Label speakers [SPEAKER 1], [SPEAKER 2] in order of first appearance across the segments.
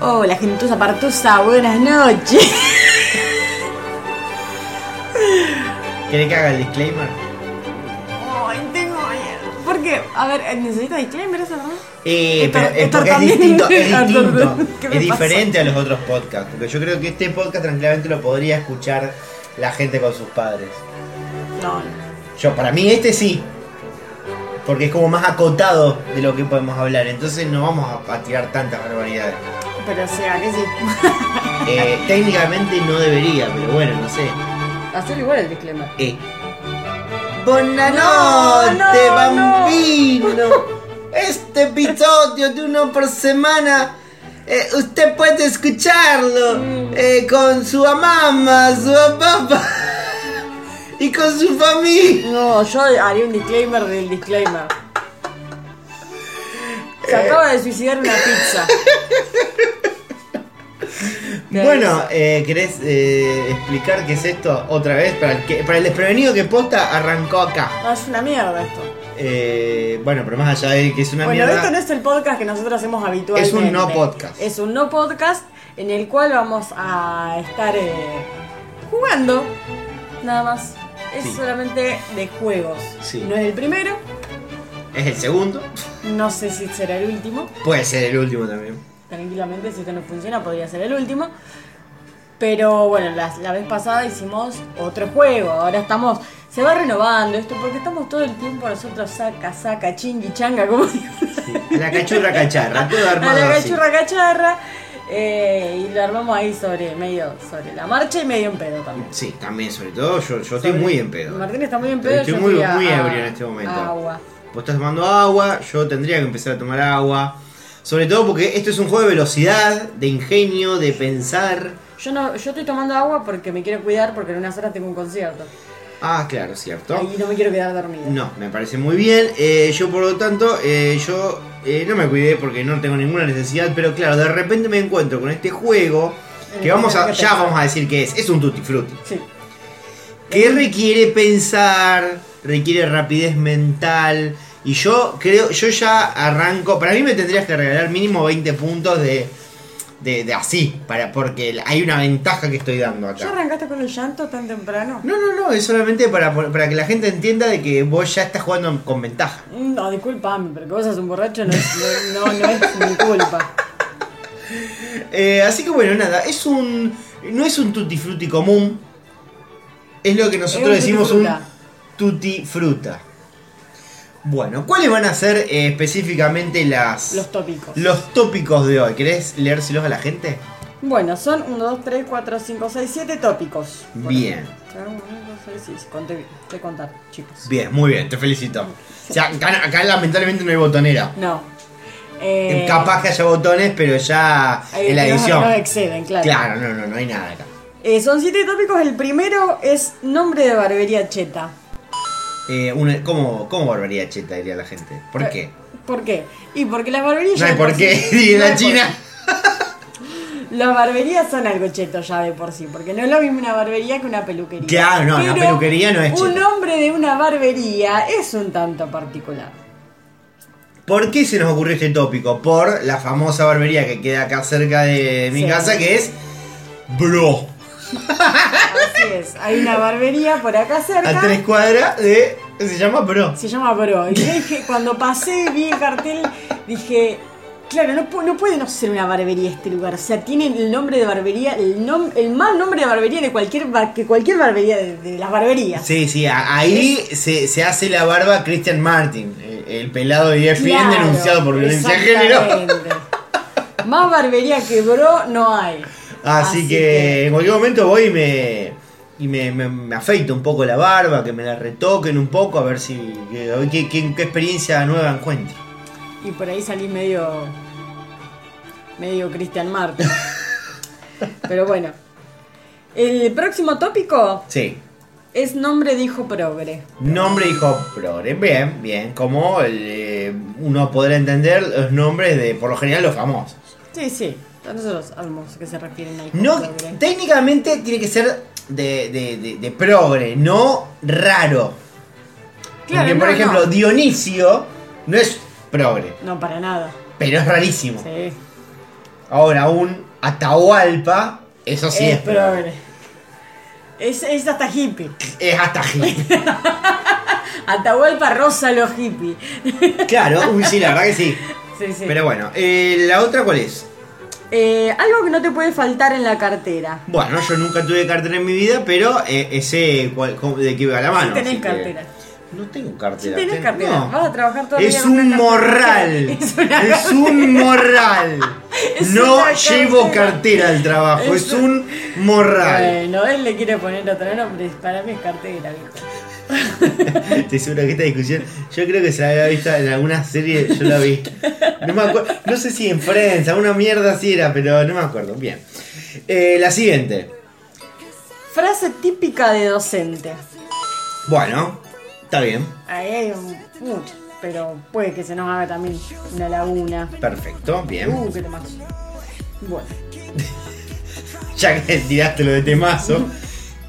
[SPEAKER 1] Hola, gentuza partusa, buenas noches.
[SPEAKER 2] ¿Quiere que haga el disclaimer?
[SPEAKER 1] Ay, tengo Porque, a ver, necesito disclaimer eso, ¿verdad?
[SPEAKER 2] Eh,
[SPEAKER 1] Esto-
[SPEAKER 2] pero es
[SPEAKER 1] esto
[SPEAKER 2] porque es
[SPEAKER 1] también-
[SPEAKER 2] distinto, es
[SPEAKER 1] Esto-
[SPEAKER 2] distinto,
[SPEAKER 1] ¿qué me
[SPEAKER 2] es
[SPEAKER 1] pasa?
[SPEAKER 2] diferente a los otros podcasts, porque yo creo que este podcast tranquilamente lo podría escuchar la gente con sus padres.
[SPEAKER 1] No,
[SPEAKER 2] Yo, para mí este sí, porque es como más acotado de lo que podemos hablar, entonces no vamos a, a tirar tantas barbaridades.
[SPEAKER 1] pero o sea, que sí.
[SPEAKER 2] Eh, técnicamente no debería, pero bueno, no sé.
[SPEAKER 3] Hacer igual el disclaimer.
[SPEAKER 2] Eh. Buenas
[SPEAKER 1] No,
[SPEAKER 2] noches,
[SPEAKER 1] no,
[SPEAKER 2] bambino. Este episodio de uno por semana, eh, usted puede escucharlo
[SPEAKER 1] Mm.
[SPEAKER 2] eh, con su mamá, su papá y con su familia.
[SPEAKER 1] No, yo haría un disclaimer del disclaimer. Se acaba de suicidar una pizza.
[SPEAKER 2] Bueno, eh, ¿querés eh, explicar qué es esto otra vez? Para el, que- para el desprevenido que posta arrancó acá.
[SPEAKER 1] No, Ah, es una mierda esto.
[SPEAKER 2] Eh, bueno, pero más allá de que es una
[SPEAKER 1] bueno,
[SPEAKER 2] mierda.
[SPEAKER 1] esto no es el podcast que nosotros hacemos habitualmente.
[SPEAKER 2] Es un no podcast.
[SPEAKER 1] Es un no podcast en el cual vamos a estar eh, jugando. Nada más. Es
[SPEAKER 2] Sí.
[SPEAKER 1] solamente de juegos.
[SPEAKER 2] Sí.
[SPEAKER 1] No es el primero.
[SPEAKER 2] es el segundo.
[SPEAKER 1] No sé si será el último.
[SPEAKER 2] Puede ser el último también.
[SPEAKER 1] Tranquilamente, si esto no funciona, podría ser el último. Pero bueno, la, la vez pasada hicimos otro juego. Ahora estamos. Se va renovando esto porque estamos todo el tiempo nosotros saca, saca, chingui, changa, como digo.
[SPEAKER 2] A La cachurra cacharra, todo
[SPEAKER 1] A
[SPEAKER 2] armado
[SPEAKER 1] la
[SPEAKER 2] así.
[SPEAKER 1] cachurra cacharra. eh, y lo armamos ahí sobre medio sobre la marcha y medio en pedo también.
[SPEAKER 2] Sí, también, sobre todo yo, yo estoy
[SPEAKER 1] Sobre-
[SPEAKER 2] muy en pedo.
[SPEAKER 1] Martín está muy en
[SPEAKER 2] Pero
[SPEAKER 1] pedo.
[SPEAKER 2] estoy
[SPEAKER 1] yo
[SPEAKER 2] muy-
[SPEAKER 1] fui a-
[SPEAKER 2] muy ebrio
[SPEAKER 1] a-
[SPEAKER 2] en este momento.
[SPEAKER 1] a Agua.
[SPEAKER 2] Vos estás tomando agua, yo tendría que empezar a tomar agua. Sobre todo porque esto es un juego de velocidad, de ingenio, de pensar.
[SPEAKER 1] Yo no, yo estoy tomando agua porque me quiero cuidar porque en unas horas tengo un concierto.
[SPEAKER 2] Ah, claro, cierto.
[SPEAKER 1] Y no me quiero quedar dormida.
[SPEAKER 2] No, me parece muy bien. Eh, yo, por lo tanto, eh, yo eh, no me cuidé porque no tengo ninguna necesidad. Pero claro, de repente me encuentro con este juego
[SPEAKER 1] En el
[SPEAKER 2] que
[SPEAKER 1] que
[SPEAKER 2] vamos
[SPEAKER 1] tengo
[SPEAKER 2] a,
[SPEAKER 1] que
[SPEAKER 2] ya
[SPEAKER 1] pensar.
[SPEAKER 2] vamos a decir que es. Es un tutti frutti.
[SPEAKER 1] Sí.
[SPEAKER 2] que requiere pensar, requiere rapidez mental. Y yo creo, yo ya arranco. Para mí me tendrías que regalar mínimo 20 puntos de, de, de así, para, porque hay una ventaja que estoy dando
[SPEAKER 1] ¿Ya
[SPEAKER 2] acá.
[SPEAKER 1] arrancaste con el llanto tan temprano?
[SPEAKER 2] No, no, no, es solamente para, para que la gente entienda de que vos ya estás jugando con ventaja.
[SPEAKER 1] No, disculpame, pero que vos seas un borracho no es, no, no- no es mi culpa.
[SPEAKER 2] Eh, así que bueno, nada, es un. No es un tutti frutti común. Es lo que nosotros
[SPEAKER 1] un
[SPEAKER 2] decimos
[SPEAKER 1] tutti
[SPEAKER 2] un
[SPEAKER 1] fruta.
[SPEAKER 2] tutti fruta. Bueno, ¿cuáles van a ser eh, específicamente las.
[SPEAKER 1] Los tópicos.
[SPEAKER 2] los tópicos de hoy? ¿Querés leérselos a la gente?
[SPEAKER 1] Bueno, son 1, 2, 3, 4, 5, 6, 7 tópicos. Por
[SPEAKER 2] Bien.
[SPEAKER 1] ejemplo. Claro, uno, dos, seis, sí, sí, Conté bien. Sé contar, chicos.
[SPEAKER 2] Bien, muy bien, te felicito. O sea, acá, acá lamentablemente no hay botonera.
[SPEAKER 1] No. Eh,
[SPEAKER 2] Capaz que haya botones, pero ya
[SPEAKER 1] hay
[SPEAKER 2] en la
[SPEAKER 1] algunos que
[SPEAKER 2] edición.
[SPEAKER 1] No exceden, claro.
[SPEAKER 2] Claro, no, no, no hay nada acá.
[SPEAKER 1] Eh, son 7 tópicos. El primero es nombre de barbería cheta.
[SPEAKER 2] Eh, una- ¿cómo, ¿Cómo barbaridad cheta diría la gente? ¿Por qué?
[SPEAKER 1] Eh, ¿Por qué? Y porque las barberías.
[SPEAKER 2] No hay
[SPEAKER 1] ya
[SPEAKER 2] por qué, diría
[SPEAKER 1] No hay
[SPEAKER 2] la
[SPEAKER 1] por
[SPEAKER 2] China.
[SPEAKER 1] Las barberías son algo cheto ya de por sí, porque no es lo mismo una barbería que una peluquería.
[SPEAKER 2] Claro, no, la
[SPEAKER 1] Pero
[SPEAKER 2] peluquería no es
[SPEAKER 1] Un
[SPEAKER 2] cheto.
[SPEAKER 1] hombre de una barbería es un tanto particular.
[SPEAKER 2] ¿Por qué se nos ocurrió este tópico? Por la famosa barbería que queda acá cerca de mi
[SPEAKER 1] Sí.
[SPEAKER 2] casa, que es Bro.
[SPEAKER 1] Así es, hay una barbería por acá cerca.
[SPEAKER 2] A tres cuadras de. Se llama Bro.
[SPEAKER 1] Se llama Bro. Y yo dije, cuando pasé, vi el cartel, dije, claro, no, pu- no puede no ser una barbería este lugar. O sea, tienen el nombre de barbería, el, nom- el mal nombre de barbería de cualquier bar- que cualquier barbería de, de las barberías.
[SPEAKER 2] Sí, sí, a- ahí se, se hace la barba Christian Martin, el, el pelado de E ESPN
[SPEAKER 1] Claro,
[SPEAKER 2] denunciado por violencia de género.
[SPEAKER 1] exactamente. Más barbería que bro no hay.
[SPEAKER 2] Así, que, en cualquier momento voy y me. Y me, me- me afeito un poco la barba, que me la retoquen un poco, a ver si. que- a ver qué- qué- qué experiencia nueva encuentro.
[SPEAKER 1] Y por ahí salí medio. medio Cristian Martin. Pero bueno. El próximo tópico
[SPEAKER 2] Sí.
[SPEAKER 1] es nombre de hijo progre.
[SPEAKER 2] Nombre hijo progre. Bien, bien. Como el, eh, uno podrá entender los nombres de, por lo general, los famosos.
[SPEAKER 1] Sí, sí. ya Nosotros sabemos que se refieren a hijo
[SPEAKER 2] No,
[SPEAKER 1] progre.
[SPEAKER 2] técnicamente tiene que ser de, de- de- de progre, no raro.
[SPEAKER 1] Claro,
[SPEAKER 2] Porque, por
[SPEAKER 1] no,
[SPEAKER 2] ejemplo,
[SPEAKER 1] no.
[SPEAKER 2] Dionisio no es progre,
[SPEAKER 1] No, para nada.
[SPEAKER 2] pero es rarísimo.
[SPEAKER 1] Sí.
[SPEAKER 2] Ahora, un Atahualpa, eso sí es,
[SPEAKER 1] es progre. Es, es hasta hippie.
[SPEAKER 2] es hasta hippie.
[SPEAKER 1] Atahualpa rosa los hippie.
[SPEAKER 2] Claro, uy, sí, la verdad que sí.
[SPEAKER 1] Sí, sí.
[SPEAKER 2] Pero bueno, eh, ¿la otra cuál es?
[SPEAKER 1] Eh, algo que no te puede faltar en la cartera.
[SPEAKER 2] Bueno, yo nunca tuve cartera en mi vida, pero eh, ese cual- cómo- de que va la mano.
[SPEAKER 1] Sí tenés
[SPEAKER 2] así Ah, que-
[SPEAKER 1] cartera.
[SPEAKER 2] No tengo cartera.
[SPEAKER 1] Sí tenés
[SPEAKER 2] ten-
[SPEAKER 1] cartera.
[SPEAKER 2] no.
[SPEAKER 1] Vas a trabajar todo el día
[SPEAKER 2] Es
[SPEAKER 1] con una
[SPEAKER 2] un
[SPEAKER 1] cartera.
[SPEAKER 2] morral.
[SPEAKER 1] Es
[SPEAKER 2] Es,
[SPEAKER 1] una-
[SPEAKER 2] un morral.
[SPEAKER 1] Es
[SPEAKER 2] no
[SPEAKER 1] una
[SPEAKER 2] llevo
[SPEAKER 1] cartera.
[SPEAKER 2] cartera al trabajo.
[SPEAKER 1] Es
[SPEAKER 2] Es, un morral.
[SPEAKER 1] Bueno, él le quiere poner otro nombre. Para mí es cartera, viejo.
[SPEAKER 2] Te seguro que esta discusión, yo creo que se la había visto en alguna serie, yo la vi. No me acuerdo, no sé si en Friends, una mierda así era, pero no me acuerdo. Bien. Eh, la siguiente.
[SPEAKER 1] Frase típica de docente.
[SPEAKER 2] Bueno, está bien.
[SPEAKER 1] Ahí hay un- mucho, pero puede que se nos haga también una laguna.
[SPEAKER 2] Perfecto, bien.
[SPEAKER 1] Uh, qué temazo. Bueno,
[SPEAKER 2] Ya que tiraste lo de temazo.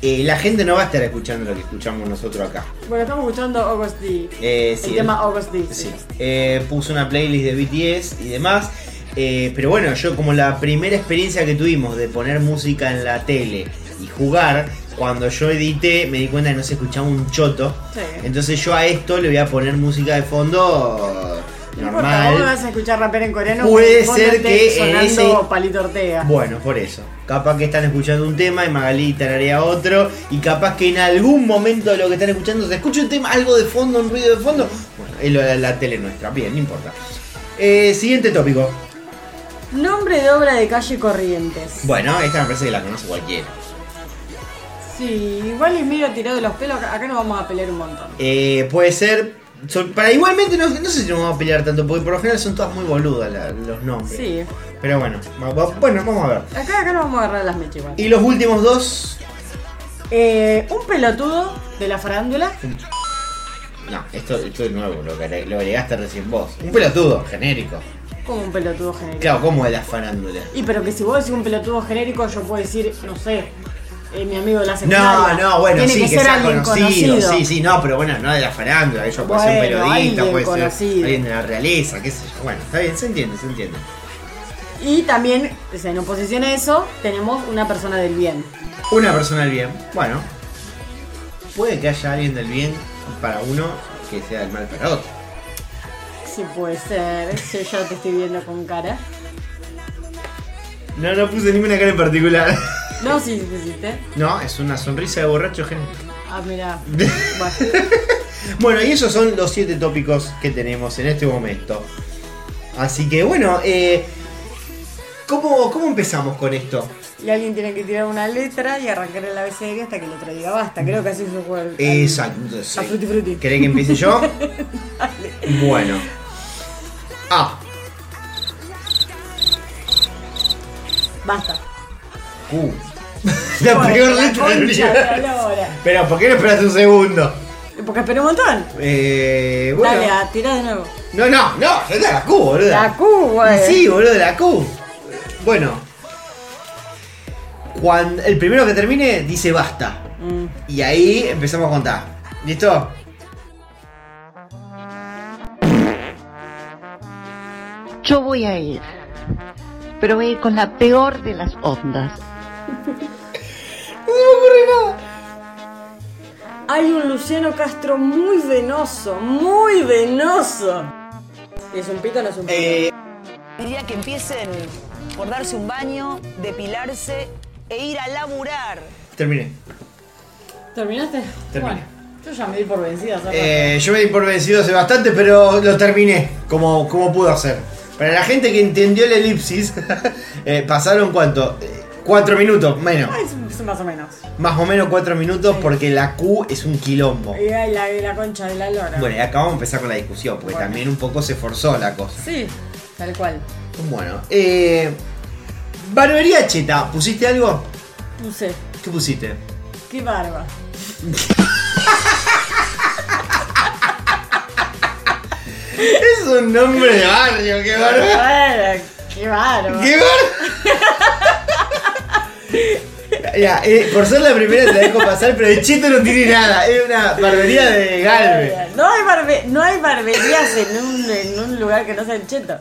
[SPEAKER 2] eh, la gente no va a estar escuchando lo que escuchamos nosotros acá.
[SPEAKER 1] bueno, estamos escuchando August D.
[SPEAKER 2] Eh,
[SPEAKER 1] el
[SPEAKER 2] sí,
[SPEAKER 1] tema
[SPEAKER 2] el-
[SPEAKER 1] August D.
[SPEAKER 2] Sí. Eh, puso una playlist de BTS y demás. Eh, pero bueno, yo como la primera experiencia que tuvimos de poner música en la tele y jugar, cuando yo edité me di cuenta que no se escuchaba un choto.
[SPEAKER 1] Sí.
[SPEAKER 2] Entonces yo a esto le voy a poner música de fondo
[SPEAKER 1] No importa, vos me
[SPEAKER 2] normal.
[SPEAKER 1] vas a escuchar rapper en coreano.
[SPEAKER 2] Puede
[SPEAKER 1] que en fondo
[SPEAKER 2] ser
[SPEAKER 1] esté
[SPEAKER 2] que en
[SPEAKER 1] sonando
[SPEAKER 2] ese-
[SPEAKER 1] Palito Ortega.
[SPEAKER 2] Bueno, por eso. Capaz que están escuchando un tema y Magalí tararea otro. Y capaz que en algún momento de lo que están escuchando se escucha un tema, algo de fondo, un ruido de fondo. Bueno, es lo de la tele nuestra. Bien, no importa. Eh, siguiente tópico.
[SPEAKER 1] Nombre de obra de calle Corrientes.
[SPEAKER 2] Bueno, esta me parece que la conoce cualquiera.
[SPEAKER 1] Sí, igual y miro tirado de los pelos. Acá nos vamos a pelear un montón.
[SPEAKER 2] Eh, puede ser. son- para igualmente no, no sé si nos vamos a pelear tanto, porque por lo general son todas muy boludas la- los nombres.
[SPEAKER 1] Sí.
[SPEAKER 2] Pero bueno, va- va- bueno, vamos a ver.
[SPEAKER 1] Acá, acá nos vamos a agarrar las mechas igual.
[SPEAKER 2] Y los últimos dos.
[SPEAKER 1] Eh, un pelotudo de la farándula.
[SPEAKER 2] No, esto, esto es nuevo, lo, que- lo agregaste recién vos. Un pelotudo, genérico.
[SPEAKER 1] Como un pelotudo genérico.
[SPEAKER 2] Claro, como de las farándulas.
[SPEAKER 1] Y pero que si vos decís un pelotudo genérico, yo puedo decir, no sé, eh, mi amigo de la
[SPEAKER 2] No,
[SPEAKER 1] secundaria.
[SPEAKER 2] no, bueno,
[SPEAKER 1] Tiene
[SPEAKER 2] sí,
[SPEAKER 1] que,
[SPEAKER 2] que,
[SPEAKER 1] ser
[SPEAKER 2] sea
[SPEAKER 1] alguien
[SPEAKER 2] conocido,
[SPEAKER 1] conocido.
[SPEAKER 2] Sí, sí, no, pero bueno, no de la farándula. Eso puede ser
[SPEAKER 1] Bueno,
[SPEAKER 2] un periodista,
[SPEAKER 1] alguien
[SPEAKER 2] puede ser
[SPEAKER 1] conocido.
[SPEAKER 2] alguien de la realeza, qué sé yo. Bueno, está bien, se entiende, se entiende.
[SPEAKER 1] Y también, o sea, en oposición a eso, tenemos una persona del bien.
[SPEAKER 2] Una persona del bien. Bueno, puede que haya alguien del bien para uno que sea del mal para otro.
[SPEAKER 1] Sí puede ser, yo ya te estoy viendo con cara.
[SPEAKER 2] No, no puse ninguna cara en particular.
[SPEAKER 1] No, sí, sí, hiciste.
[SPEAKER 2] No, es una sonrisa de borracho genérico.
[SPEAKER 1] Ah, mira. Bueno,
[SPEAKER 2] Bueno, y esos son los siete tópicos que tenemos en este momento. Así que bueno, eh, ¿cómo, ¿cómo empezamos con esto?
[SPEAKER 1] y alguien tiene que tirar una letra y arrancar el abecedario hasta que el otro diga basta. Creo que así se juega el-
[SPEAKER 2] Exacto. entonces,
[SPEAKER 1] A Frutti Frutti.
[SPEAKER 2] ¿Querés que empiece yo? Bueno. Ah, A.
[SPEAKER 1] Basta.
[SPEAKER 2] Q. uh. La
[SPEAKER 1] Bueno,
[SPEAKER 2] peor
[SPEAKER 1] la
[SPEAKER 2] letra del
[SPEAKER 1] concha
[SPEAKER 2] universo.
[SPEAKER 1] de la lora.
[SPEAKER 2] Pero, ¿por qué no esperas un segundo?
[SPEAKER 1] Porque esperé un montón.
[SPEAKER 2] Eh, bueno.
[SPEAKER 1] Dale, a, tirá de nuevo.
[SPEAKER 2] No, no, no, ya está la Q, boludo.
[SPEAKER 1] La Q, güey.
[SPEAKER 2] Sí, boludo, la Q. Bueno. Cuando el primero que termine dice basta.
[SPEAKER 1] Mm.
[SPEAKER 2] Y ahí empezamos a contar. ¿Listo?
[SPEAKER 4] Yo voy a ir, pero voy a ir con la peor de las ondas.
[SPEAKER 1] Hay un Luciano Castro muy venoso, muy venoso. ¿Es un pito o no es un pito?
[SPEAKER 2] Eh,
[SPEAKER 5] Diría que empiecen por darse un baño, depilarse e ir a laburar.
[SPEAKER 2] terminé.
[SPEAKER 1] ¿Terminaste?
[SPEAKER 2] terminé.
[SPEAKER 1] Bueno, yo ya me di por vencida. hace rato.
[SPEAKER 2] Eh, yo me di por vencido hace bastante, pero lo terminé como, como pudo hacer. Para la gente que entendió la elipsis, eh, pasaron cuánto? Eh, cuatro minutos, menos.
[SPEAKER 1] Ay, es- es más o menos.
[SPEAKER 2] Más o menos cuatro minutos porque la Q es un quilombo.
[SPEAKER 1] Y ahí la, la concha de la lora.
[SPEAKER 2] Bueno, y acá vamos a empezar con la discusión, porque
[SPEAKER 1] Bueno.
[SPEAKER 2] también un poco se forzó la cosa.
[SPEAKER 1] Sí, tal cual.
[SPEAKER 2] Bueno, eh. Barbería Cheta, ¿pusiste algo?
[SPEAKER 1] Puse.
[SPEAKER 2] ¿Qué pusiste?
[SPEAKER 1] Qué barba.
[SPEAKER 2] Es un nombre de barrio, qué barba.
[SPEAKER 1] Bueno, qué barba.
[SPEAKER 2] ¡Qué barba! Ya, eh, por ser la primera te la dejo pasar, pero de Cheto no tiene nada. Es una barbería de Galve.
[SPEAKER 1] No hay, barbe- no hay barberías en un, en un lugar que no sea el cheto.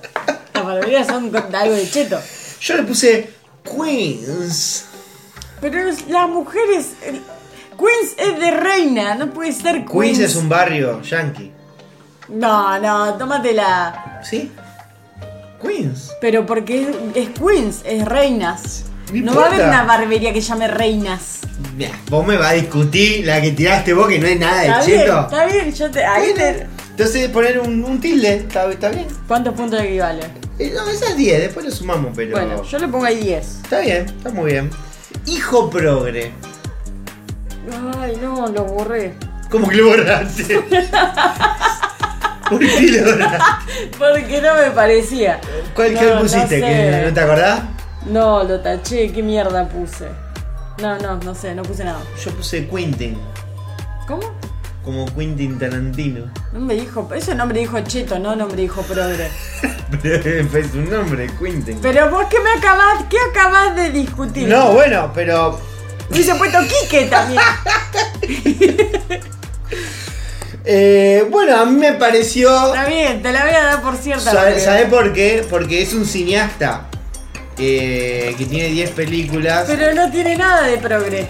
[SPEAKER 1] Las barberías son con algo de cheto.
[SPEAKER 2] Yo le puse Queens.
[SPEAKER 1] Pero es- las mujeres. el- Queens es de reina, no puede ser Queens.
[SPEAKER 2] Queens es un barrio yankee.
[SPEAKER 1] No, no, tómatela.
[SPEAKER 2] ¿Sí? Queens.
[SPEAKER 1] Pero porque es, es Queens, es reinas.
[SPEAKER 2] No
[SPEAKER 1] No va a haber
[SPEAKER 2] importa.
[SPEAKER 1] una barbería que llame reinas.
[SPEAKER 2] Mirá, vos me vas a discutir la que tiraste vos que no es nada de
[SPEAKER 1] Está bien,
[SPEAKER 2] cheto.
[SPEAKER 1] está bien, yo te. ahí te-
[SPEAKER 2] Entonces poner un, un tilde, está, está bien.
[SPEAKER 1] ¿Cuántos puntos equivale?
[SPEAKER 2] Eh, No, esa es 10, después lo sumamos, pero.
[SPEAKER 1] Bueno, yo le pongo ahí 10.
[SPEAKER 2] Está bien, está muy bien. Hijo progre.
[SPEAKER 1] Ay, no, lo borré.
[SPEAKER 2] ¿Cómo que lo borraste? ¿Por qué lo borraste?
[SPEAKER 1] Porque no me parecía.
[SPEAKER 2] ¿Cuál
[SPEAKER 1] no,
[SPEAKER 2] cuál pusiste?
[SPEAKER 1] No,
[SPEAKER 2] ¿Que
[SPEAKER 1] sé.
[SPEAKER 2] ¿No te acordás?
[SPEAKER 1] No, lo taché, qué mierda puse. No, no, no sé, no puse nada.
[SPEAKER 2] Yo puse Quentin,
[SPEAKER 1] ¿Cómo?
[SPEAKER 2] como Quentin Tarantino.
[SPEAKER 1] No me dijo, ese nombre dijo Cheto, no nombre dijo Progre.
[SPEAKER 2] Pero es un nombre, Quentin.
[SPEAKER 1] Pero vos que me acabás, ¿qué acabás de discutir?
[SPEAKER 2] No, bueno, pero.
[SPEAKER 1] Hubiese puesto Quique también.
[SPEAKER 2] eh, bueno, a mí me pareció.
[SPEAKER 1] Está bien, te la voy a dar por cierta. porque-
[SPEAKER 2] ¿Sabes por qué? Porque es un cineasta eh, que tiene 10 películas.
[SPEAKER 1] Pero no tiene nada de Progre.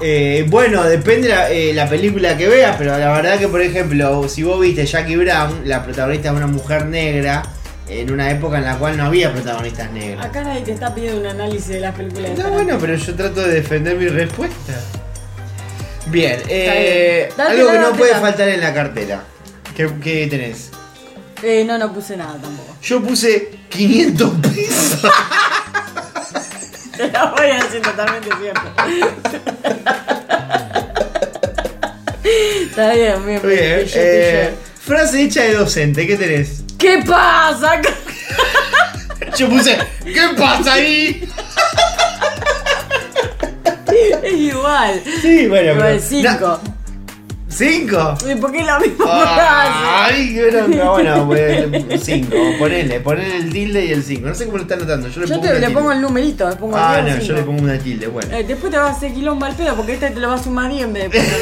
[SPEAKER 2] Eh, bueno, depende la, eh, la película que veas, pero la verdad que, por ejemplo, si vos viste Jackie Brown, la protagonista es una mujer negra, en una época en la cual no había protagonistas negras.
[SPEAKER 1] Acá nadie te está pidiendo un análisis de las películas. de
[SPEAKER 2] Está
[SPEAKER 1] Tarantino.
[SPEAKER 2] bueno, pero yo trato de defender mi respuesta. Bien, eh,
[SPEAKER 1] bien. Dátela,
[SPEAKER 2] algo que no
[SPEAKER 1] dátela.
[SPEAKER 2] puede faltar en la cartera. ¿Qué, qué tenés?
[SPEAKER 1] Eh, no, no puse nada tampoco.
[SPEAKER 2] Yo puse 500 pesos.
[SPEAKER 1] Te la voy a decir totalmente cierto. Está bien, bien,
[SPEAKER 2] Bien,
[SPEAKER 1] bien. pillo,
[SPEAKER 2] eh, frase hecha de docente, ¿qué tenés?
[SPEAKER 1] pillo. ¿Qué pasa?
[SPEAKER 2] Yo puse, ¿qué pasa ahí?
[SPEAKER 1] es igual.
[SPEAKER 2] Sí, bueno,
[SPEAKER 1] Igual
[SPEAKER 2] pero.
[SPEAKER 1] cinco.
[SPEAKER 2] ¿Cinco?
[SPEAKER 1] Uy, ¿Por qué es la misma frase?
[SPEAKER 2] Ah, Ay, qué bronca. Bueno, pues, cinco. Ponele, ponele el tilde y el cinco. No sé cómo lo están notando. Yo le
[SPEAKER 1] Yo
[SPEAKER 2] pongo.
[SPEAKER 1] te,
[SPEAKER 2] una
[SPEAKER 1] le
[SPEAKER 2] tilde.
[SPEAKER 1] pongo el numerito, le pongo el diez o
[SPEAKER 2] Ah, no, yo
[SPEAKER 1] cinco.
[SPEAKER 2] le pongo una tilde. Bueno.
[SPEAKER 1] Eh, después te vas a hacer quilombo al pedo porque esta te lo va a sumar 10 en vez de ponerle.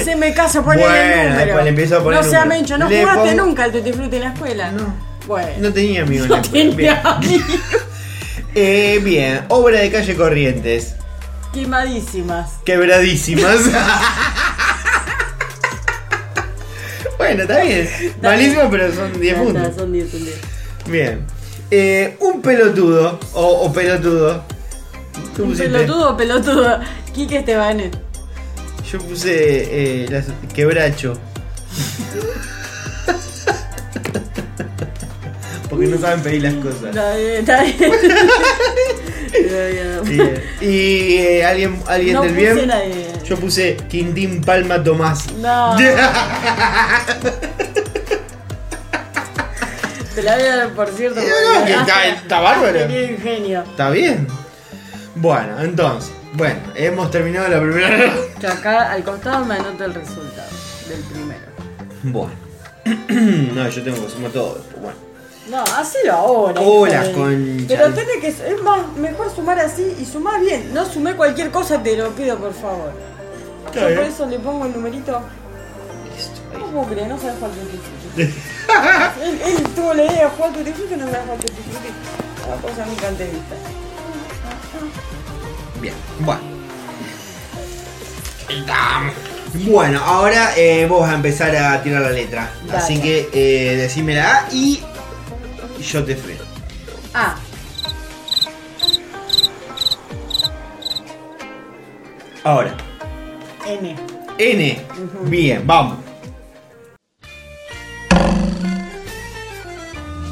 [SPEAKER 1] Haceme caso, ponele el
[SPEAKER 2] Bueno,
[SPEAKER 1] número.
[SPEAKER 2] después le empiezo a poner
[SPEAKER 1] no sea
[SPEAKER 2] número.
[SPEAKER 1] mencho, no
[SPEAKER 2] Le
[SPEAKER 1] jugaste
[SPEAKER 2] pongo-
[SPEAKER 1] nunca al Tutti Frutti en la escuela.
[SPEAKER 2] No.
[SPEAKER 1] Bueno.
[SPEAKER 2] No tenía amigos. en la escuela.
[SPEAKER 1] Tenía amigos
[SPEAKER 2] Bien. Eh, bien, obra de calle Corrientes.
[SPEAKER 1] quemadísimas.
[SPEAKER 2] Quebradísimas. bueno, está bien. Malísimo, pero son 10
[SPEAKER 1] Ya está,
[SPEAKER 2] puntos.
[SPEAKER 1] Son 10, son 10.
[SPEAKER 2] Bien. Eh, un pelotudo o, o pelotudo. ¿Qué
[SPEAKER 1] Un
[SPEAKER 2] pusiste?
[SPEAKER 1] pelotudo o pelotudo. Quique Estebanet.
[SPEAKER 2] Yo puse eh, las- quebracho. Porque no saben pedir las cosas.
[SPEAKER 1] Está bien, está bien. Está bien.
[SPEAKER 2] Bien. Y eh, alguien, alguien
[SPEAKER 1] No
[SPEAKER 2] del
[SPEAKER 1] puse
[SPEAKER 2] bien.
[SPEAKER 1] nadie.
[SPEAKER 2] Yo puse Quintín Palma Tomás. Ah,
[SPEAKER 1] No. Te la voy a dar por cierto.
[SPEAKER 2] No,
[SPEAKER 1] porque
[SPEAKER 2] no, que está- está bárbaro.
[SPEAKER 1] Qué ingenio.
[SPEAKER 2] Está bien. Bueno, entonces. Bueno, hemos terminado la primera ronda.
[SPEAKER 1] Yo acá al costado me anoto el resultado del primero.
[SPEAKER 2] Bueno. no, yo tengo que sumar todo. pero Bueno.
[SPEAKER 1] No, hacelo ahora.
[SPEAKER 2] Hola,
[SPEAKER 1] hijo de-
[SPEAKER 2] concha.
[SPEAKER 1] Pero tenés que. Es más, mejor sumar así y sumar bien. No sumé cualquier cosa, te lo pido por favor.
[SPEAKER 2] Está
[SPEAKER 1] Yo
[SPEAKER 2] bien.
[SPEAKER 1] por eso le pongo el numerito.
[SPEAKER 2] Listo, ahí.
[SPEAKER 1] No puedo creer, no sabes cuál Tutti Frutti. él, él tuvo la idea de jugar Tutti Frutti y no sabes cuál Tutti Frutti. Una cosa muy canterista.
[SPEAKER 2] Bien, bueno. Bueno, ahora eh, vos vas a empezar a tirar la letra.
[SPEAKER 1] Dale.
[SPEAKER 2] Así que eh, decime la A y yo te freno.
[SPEAKER 1] Ah,
[SPEAKER 2] Ahora,
[SPEAKER 1] N.
[SPEAKER 2] N. Bien, vamos.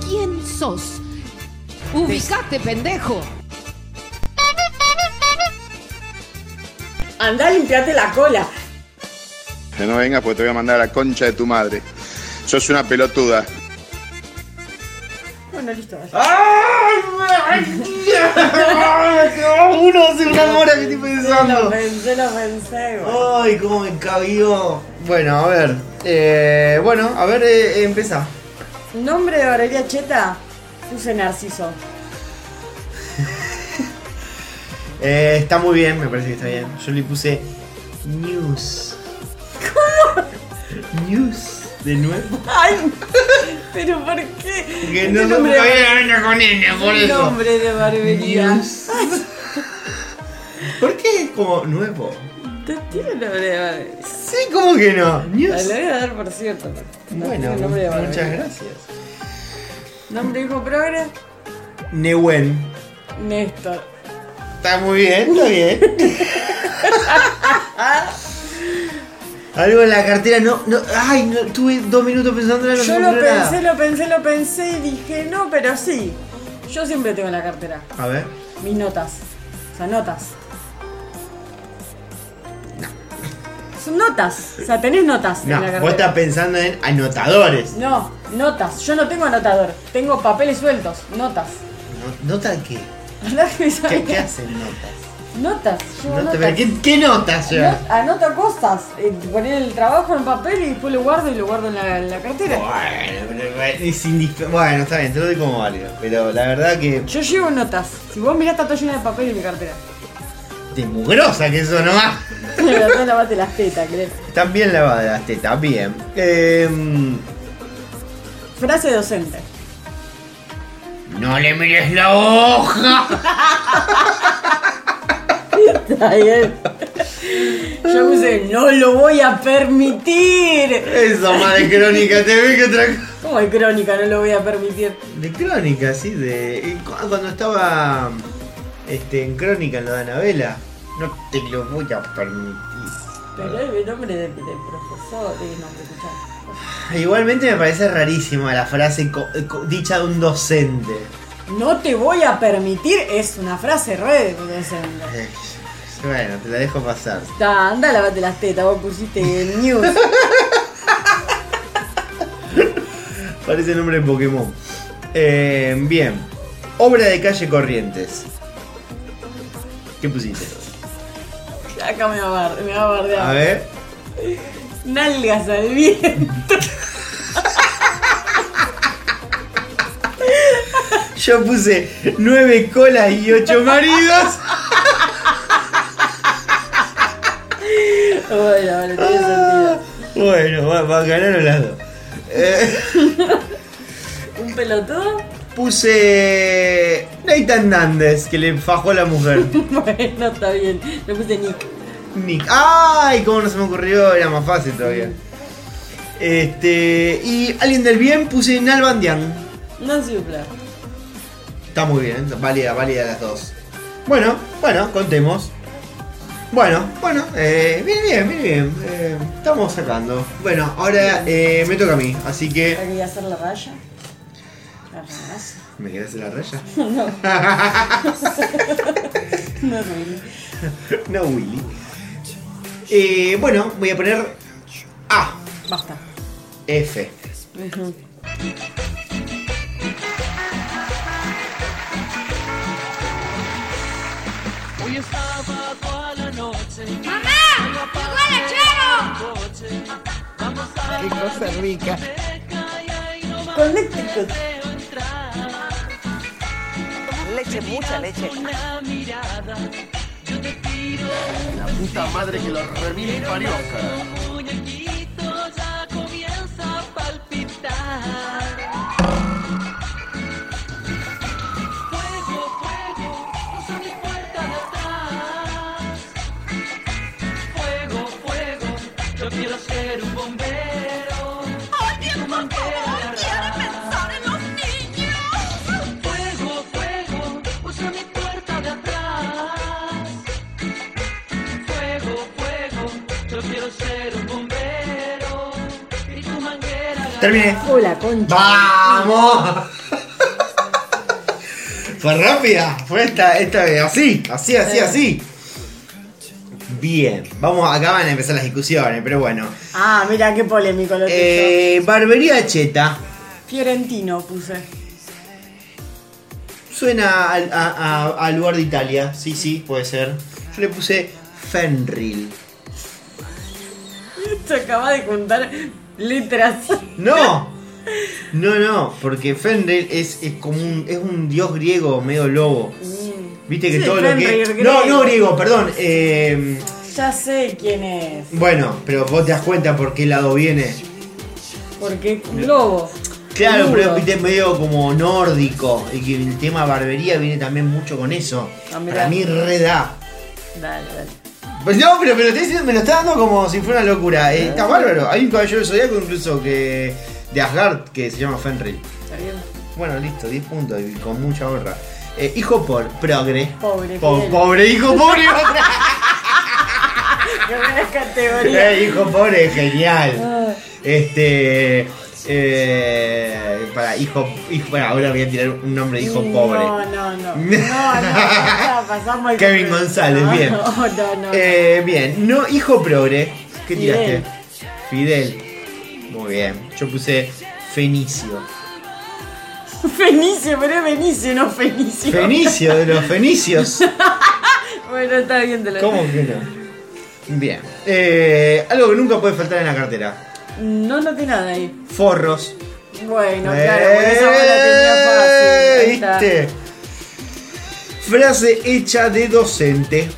[SPEAKER 6] ¿Quién sos? Ubicate, pendejo.
[SPEAKER 1] Andá, limpiate la cola.
[SPEAKER 7] Que no vengas porque te voy a mandar a la concha de tu madre. Sos una pelotuda.
[SPEAKER 1] Bueno, listo. vaya.
[SPEAKER 2] Uno hace una hora que estoy
[SPEAKER 1] Lo
[SPEAKER 2] pensando.
[SPEAKER 1] pensé, lo pensé. güey.
[SPEAKER 2] Ay, cómo me cabió. Bueno, a ver. eh, bueno, a ver, eh, empezá.
[SPEAKER 1] Nombre de barbería cheta, puse Narciso.
[SPEAKER 2] Eh, está muy bien, me parece que está bien. Yo le puse news. ¿Cómo? News. ¿De nuevo?
[SPEAKER 8] Ay, pero ¿por qué?
[SPEAKER 2] Que
[SPEAKER 8] Este
[SPEAKER 2] no se
[SPEAKER 8] nombre de
[SPEAKER 2] puede
[SPEAKER 8] bar-
[SPEAKER 2] hablar con N, por
[SPEAKER 8] el
[SPEAKER 2] eso.
[SPEAKER 8] nombre de barbería.
[SPEAKER 2] Dios. ¿Por qué es como nuevo?
[SPEAKER 1] Te tiene nombre de barbería.
[SPEAKER 2] Sí, ¿cómo que no? News.
[SPEAKER 1] Lo voy a dar por cierto. No
[SPEAKER 2] Bueno,
[SPEAKER 1] tiene nombre de barbería.
[SPEAKER 2] muchas gracias.
[SPEAKER 1] Nombre hijo progre,
[SPEAKER 2] Newen.
[SPEAKER 1] Néstor.
[SPEAKER 2] Está muy bien, está bien. Algo en la cartera, no, no, ay, no, tuve dos minutos pensándola, no se
[SPEAKER 1] Yo
[SPEAKER 2] me
[SPEAKER 1] lo
[SPEAKER 2] ocurrió nada.
[SPEAKER 1] pensé, lo pensé, lo pensé y dije, no, pero sí. Yo siempre tengo en la cartera
[SPEAKER 2] A ver,
[SPEAKER 1] mis notas. O sea, notas. Son notas. O sea, tenés notas en la
[SPEAKER 2] no,
[SPEAKER 1] cartera.
[SPEAKER 2] vos estás pensando en anotadores.
[SPEAKER 1] No, notas. Yo no tengo anotador. Tengo papeles sueltos. Notas.
[SPEAKER 2] No, ¿Nota qué? ¿Qué, qué hacen notas?
[SPEAKER 1] Notas. Llevo
[SPEAKER 2] Nota-
[SPEAKER 1] notas.
[SPEAKER 2] pero ¿Qué, qué notas llevas?
[SPEAKER 1] Anota- Anota cosas, eh, poner el trabajo en papel y después lo guardo y lo guardo en la, en la cartera.
[SPEAKER 2] Bueno, pero es indif- Bueno, está bien, te lo doy como válido. Pero la verdad que
[SPEAKER 1] Yo llevo notas. Si vos mirás, está todo llena de papel en mi cartera.
[SPEAKER 2] de mugrosa que eso nomás.
[SPEAKER 1] La verdad, lavate las tetas, querés.
[SPEAKER 2] Están bien lavadas las tetas, bien. Em,
[SPEAKER 1] Frase docente.
[SPEAKER 2] no le mires la hoja.
[SPEAKER 1] Está bien. Yo puse, no lo voy a permitir.
[SPEAKER 2] Eso, más de crónica, te ve que otra cosa.
[SPEAKER 1] Como de crónica, no lo voy a permitir.
[SPEAKER 2] De crónica, sí, de. y cu- Cuando estaba este, en crónica en lo de Anabela. No te lo voy a permitir.
[SPEAKER 1] Pero es el nombre del, del profesor. Eh, no, escuchá.
[SPEAKER 2] Igualmente me parece rarísima la frase co- eh, co- dicha de un docente.
[SPEAKER 1] No te voy a permitir es una frase re docente.
[SPEAKER 2] Eh, Bueno, te la dejo pasar.
[SPEAKER 1] Ta, anda, lavate las tetas, vos pusiste el news.
[SPEAKER 2] Parece nombre de Pokémon. Eh, bien. Obra de calle Corrientes. ¿Qué pusiste?
[SPEAKER 1] Acá me va a, bar- me va a bardear.
[SPEAKER 2] A ver.
[SPEAKER 1] Nalgas al viento.
[SPEAKER 2] Yo puse nueve colas y ocho maridos.
[SPEAKER 1] Bueno, vale, tiene sentido.
[SPEAKER 2] Ah, Bueno, va, va, ganaron las dos. Eh,
[SPEAKER 1] Un pelotudo.
[SPEAKER 2] puse Nathan Nández, que le fajó a la mujer.
[SPEAKER 1] Bueno, está bien. Le puse Nick.
[SPEAKER 2] Nick. ¡Ay! ¿Cómo no se me ocurrió? Era más fácil todavía. Este. Y alguien del bien puse Nalbandian.
[SPEAKER 1] Nancy Dupla.
[SPEAKER 2] Está muy bien, válida, válida las dos. Bueno, bueno, contemos. Bueno, bueno, eh, bien, bien, bien, bien. eh, estamos sacando. Bueno, ahora eh, me toca a mí, así que.
[SPEAKER 1] Hay que hacer la raya. La raya.
[SPEAKER 2] ¿Me querés hacer la raya?
[SPEAKER 1] No, Rubén.
[SPEAKER 2] No, Willy. Eh, bueno, voy a poner A,
[SPEAKER 1] Basta.
[SPEAKER 2] F.
[SPEAKER 1] Connecticut.
[SPEAKER 5] Leche, mucha leche.
[SPEAKER 9] Puta madre que lo remil parió.
[SPEAKER 2] Terminé.
[SPEAKER 1] Hola, concha.
[SPEAKER 2] ¡Vamos! fue rápida, fue esta, esta vez, así, así, así, así. Bien, vamos, acá van a empezar las discusiones, pero bueno.
[SPEAKER 1] Ah, mira qué polémico lo que
[SPEAKER 2] Eh, barbería Cheta
[SPEAKER 1] hizo. Fiorentino puse.
[SPEAKER 2] suena al- a, a- a lugar de Italia, sí, sí, puede ser. Yo le puse Fenril.
[SPEAKER 1] Se acaba de juntar letras.
[SPEAKER 2] No, no, no, porque Fenril es, es como un, es un dios griego medio lobo. Viste que
[SPEAKER 1] Mm. Sí,
[SPEAKER 2] todo lo que.
[SPEAKER 1] Fenrir,
[SPEAKER 2] No,
[SPEAKER 1] griego.
[SPEAKER 2] no griego, perdón. eh,
[SPEAKER 1] Ya sé quién es.
[SPEAKER 2] Bueno, pero vos te das cuenta por qué lado viene.
[SPEAKER 1] Porque globo.
[SPEAKER 2] Claro,
[SPEAKER 1] Duro.
[SPEAKER 2] pero viste, medio como nórdico. Y que el tema barbería viene también mucho con eso.
[SPEAKER 1] Ah, mirá.
[SPEAKER 2] Para mí reda.
[SPEAKER 1] Dale, dale.
[SPEAKER 2] Pues no, pero me lo, estoy diciendo- me lo está dando como si fuera una locura. Eh, está bárbaro. Hay un caballero zodiaco incluso que. de Asgard que se llama Fenrir.
[SPEAKER 1] Está bien.
[SPEAKER 2] Bueno, listo, 10 puntos y con mucha honra. Eh, hijo por progre.
[SPEAKER 1] Pobre,
[SPEAKER 2] Po-
[SPEAKER 1] Fidel.
[SPEAKER 2] pobre hijo pobre.
[SPEAKER 1] Qué buena categoría.
[SPEAKER 2] Eh, hijo pobre,
[SPEAKER 1] Ah.
[SPEAKER 2] genial. Este. eh, para hijo, hijo- Bueno, ahora voy a tirar un nombre de hijo pobre.
[SPEAKER 1] No, no, no. No, no. ya pasamos el-
[SPEAKER 2] Kevin González,
[SPEAKER 1] No,
[SPEAKER 2] bien.
[SPEAKER 1] No, no, no.
[SPEAKER 2] Eh, bien, no, hijo progre. ¿Qué
[SPEAKER 1] Fidel.
[SPEAKER 2] tiraste? Fidel. Muy bien. Yo puse Fenicio.
[SPEAKER 1] Fenicio, pero es Benicio, no Fenicio.
[SPEAKER 2] Fenicio, de los fenicios.
[SPEAKER 1] Bueno, está bien, te lo
[SPEAKER 2] ¿Cómo que no? Bien. Eh, algo que nunca puede faltar en la cartera.
[SPEAKER 1] No noté nada ahí.
[SPEAKER 2] Forros.
[SPEAKER 1] Bueno, claro, por eso vos la tenía fácil.
[SPEAKER 2] Eh,
[SPEAKER 1] Ahí está.
[SPEAKER 2] ¿Viste? Frase hecha de docente.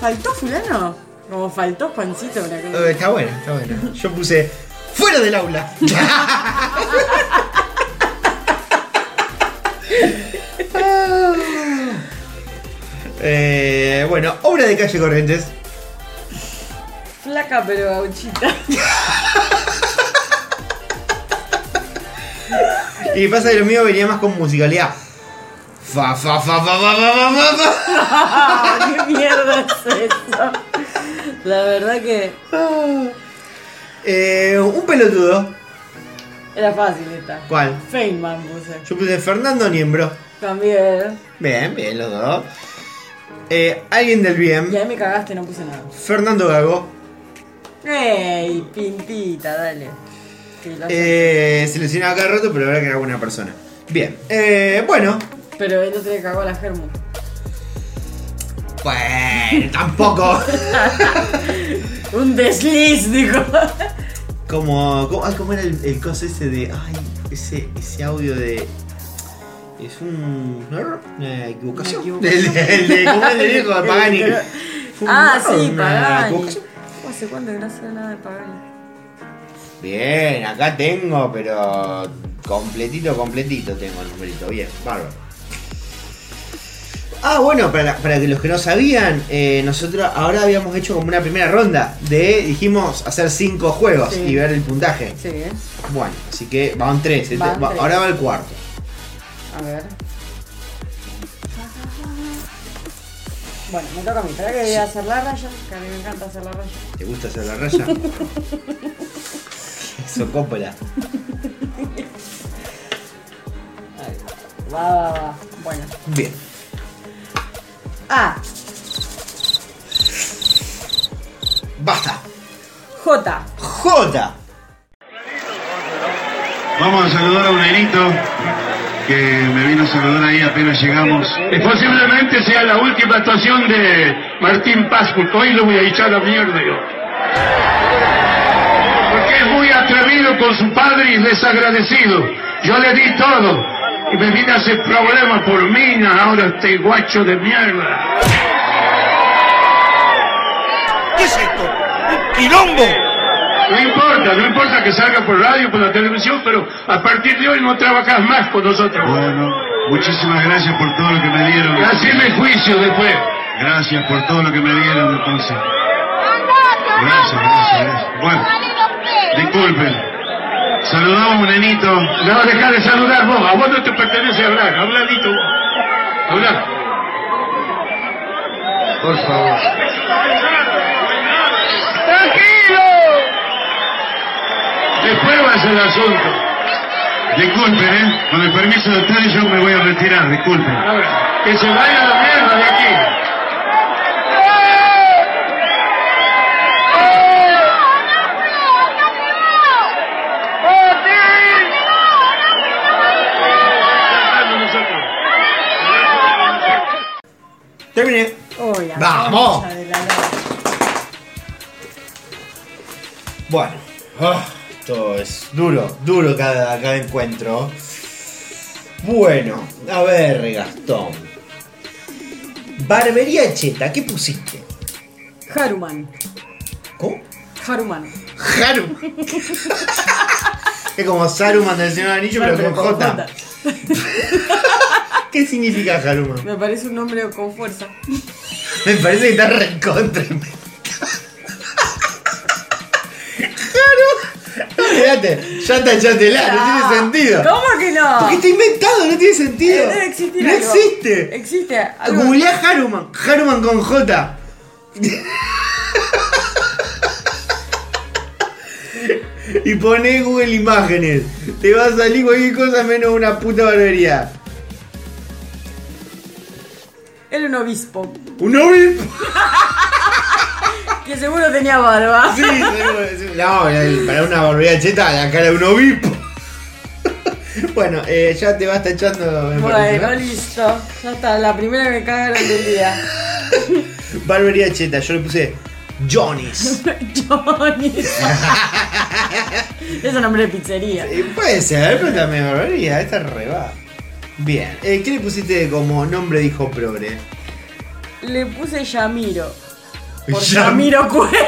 [SPEAKER 1] ¿Faltó fulano? Como faltó Juancito, una cosa.
[SPEAKER 2] Eh, está buena, está buena. Yo puse fuera del aula. Eh, bueno, obra de calle Corrientes.
[SPEAKER 1] Flaca pero gauchita.
[SPEAKER 2] Y pasa que lo mío venía más con musicalidad. Fa, fa, fa, fa, fa, fa, fa, fa, fa.
[SPEAKER 1] Ah, ¿Qué mierda es eso? La verdad que
[SPEAKER 2] Eh, un pelotudo.
[SPEAKER 1] era fácil esta.
[SPEAKER 2] ¿Cuál?
[SPEAKER 1] Feynman puse.
[SPEAKER 2] Yo puse Fernando Niembro.
[SPEAKER 1] También.
[SPEAKER 2] Bien, bien, los dos. Eh, alguien del
[SPEAKER 1] Y
[SPEAKER 2] bien.
[SPEAKER 1] ahí me cagaste, no puse nada.
[SPEAKER 2] Fernando Gago.
[SPEAKER 1] ¡Ey! Pintita, dale. Sí, lo sé.
[SPEAKER 2] Eh, seleccionaba cada rato, pero ahora que era una persona. Bien. Eh, bueno.
[SPEAKER 1] Pero él otro le cagó a la Germu.
[SPEAKER 2] Bueno, tampoco.
[SPEAKER 1] Un desliz, dijo.
[SPEAKER 2] como, como, ay, ¿cómo era el, el coso ese de. Ay, ese, ese audio de. Es un. ¿no? Una equivocación.
[SPEAKER 1] Una
[SPEAKER 2] El,
[SPEAKER 1] equivocación.
[SPEAKER 2] de- el de. ¿Cómo era el viejo de Pagani? Fue un-
[SPEAKER 1] ah, sí,
[SPEAKER 2] una
[SPEAKER 1] Pagani.
[SPEAKER 2] equivocación.
[SPEAKER 1] ¿Hace cuándo que no sé nada de Pagani?
[SPEAKER 2] Bien, acá tengo, pero completito, completito tengo el numerito. Bien, bárbaro. Ah, bueno, para, la- para que los que no sabían, eh, nosotros ahora habíamos hecho como una primera ronda de, dijimos, hacer cinco juegos
[SPEAKER 1] Sí.
[SPEAKER 2] y ver el puntaje.
[SPEAKER 1] Sí, ¿eh?
[SPEAKER 2] Bueno, así que van tres, este-
[SPEAKER 1] Van
[SPEAKER 2] va-
[SPEAKER 1] tres.
[SPEAKER 2] ahora va el cuarto.
[SPEAKER 1] A ver. Bueno, me toca a mí. ¿Para que voy a hacer la raya? Que a mí me encanta hacer la raya.
[SPEAKER 2] ¿Te gusta hacer la raya? Eso, Coppola.
[SPEAKER 1] Va, va, va. Bueno.
[SPEAKER 2] Bien.
[SPEAKER 1] A.
[SPEAKER 2] Basta.
[SPEAKER 1] J.
[SPEAKER 2] J.
[SPEAKER 10] Vamos a saludar a un nenito que me vino a saludar ahí apenas llegamos. Y posiblemente sea la última actuación de Martín Paz, porque hoy lo voy a echar a la mierda yo. Porque es muy atrevido con su padre y desagradecido. Yo le di todo y me vine a hacer problemas por mina, ahora este guacho de mierda. No importa, no importa que salga por radio, por la televisión, pero a partir de hoy no trabajas más con nosotros. Bueno, muchísimas gracias por todo lo que me dieron. Haceme juicio después. Gracias por todo lo que me dieron entonces. Gracias, gracias, gracias. Bueno, disculpen. Saludamos, nenito. No, dejá de saludar vos. A vos no te pertenece hablar. Habla, Nito. vos. Habla. Por favor. ¡Tranquilo! Después va a ser el asunto. Disculpen, ¿eh? Con el permiso de ustedes yo me voy a retirar, disculpen. que se vaya la mierda de aquí.
[SPEAKER 2] Terminé.
[SPEAKER 1] Uy, la
[SPEAKER 2] ¡Vamos!
[SPEAKER 1] concha de la lora.
[SPEAKER 2] Bueno. Ah, esto es duro, duro cada, cada encuentro. Bueno, a ver, Gastón. Barbería Cheta, ¿qué pusiste?
[SPEAKER 1] Haruman.
[SPEAKER 2] ¿Cómo?
[SPEAKER 1] Haruman.
[SPEAKER 2] Haru. Es como Saruman del Señor del Anillo, pero,
[SPEAKER 1] Pero
[SPEAKER 2] con
[SPEAKER 1] con
[SPEAKER 2] J.
[SPEAKER 1] J.
[SPEAKER 2] ¿Qué significa Saruman?
[SPEAKER 1] Me parece un nombre con fuerza.
[SPEAKER 2] Me parece que está recontra. Claro. Fíjate, ya tachatela, no tiene sentido.
[SPEAKER 1] Ah, ¿Cómo que no? Eh,
[SPEAKER 2] Porque está inventado, no tiene sentido.
[SPEAKER 1] Debe existir
[SPEAKER 2] no
[SPEAKER 1] algo.
[SPEAKER 2] existe.
[SPEAKER 1] Existe. algo.
[SPEAKER 2] Googleá Haruman. Haruman con J. y poné Google Imágenes. Te va a salir cualquier cosa menos una puta barbería.
[SPEAKER 1] Era un obispo.
[SPEAKER 2] ¿Un obispo?
[SPEAKER 1] Que seguro tenía barba.
[SPEAKER 2] Sí, seguro, sí. No, el- para una barbería cheta, la cara de un obispo. bueno, eh, ya te vas tachando. me parece, ¿no?
[SPEAKER 1] Bueno, listo. Ya está, la primera que cagaron del día.
[SPEAKER 2] Barbería cheta, yo le puse Johnny's.
[SPEAKER 1] Johnny. es un nombre de pizzería.
[SPEAKER 2] Eh, puede ser, pero también barbería, esta reba. Bien, eh, ¿qué le pusiste como nombre dijo progre?
[SPEAKER 1] Le puse Yamiro. Por
[SPEAKER 2] Yam-
[SPEAKER 1] Yamiro Cuello.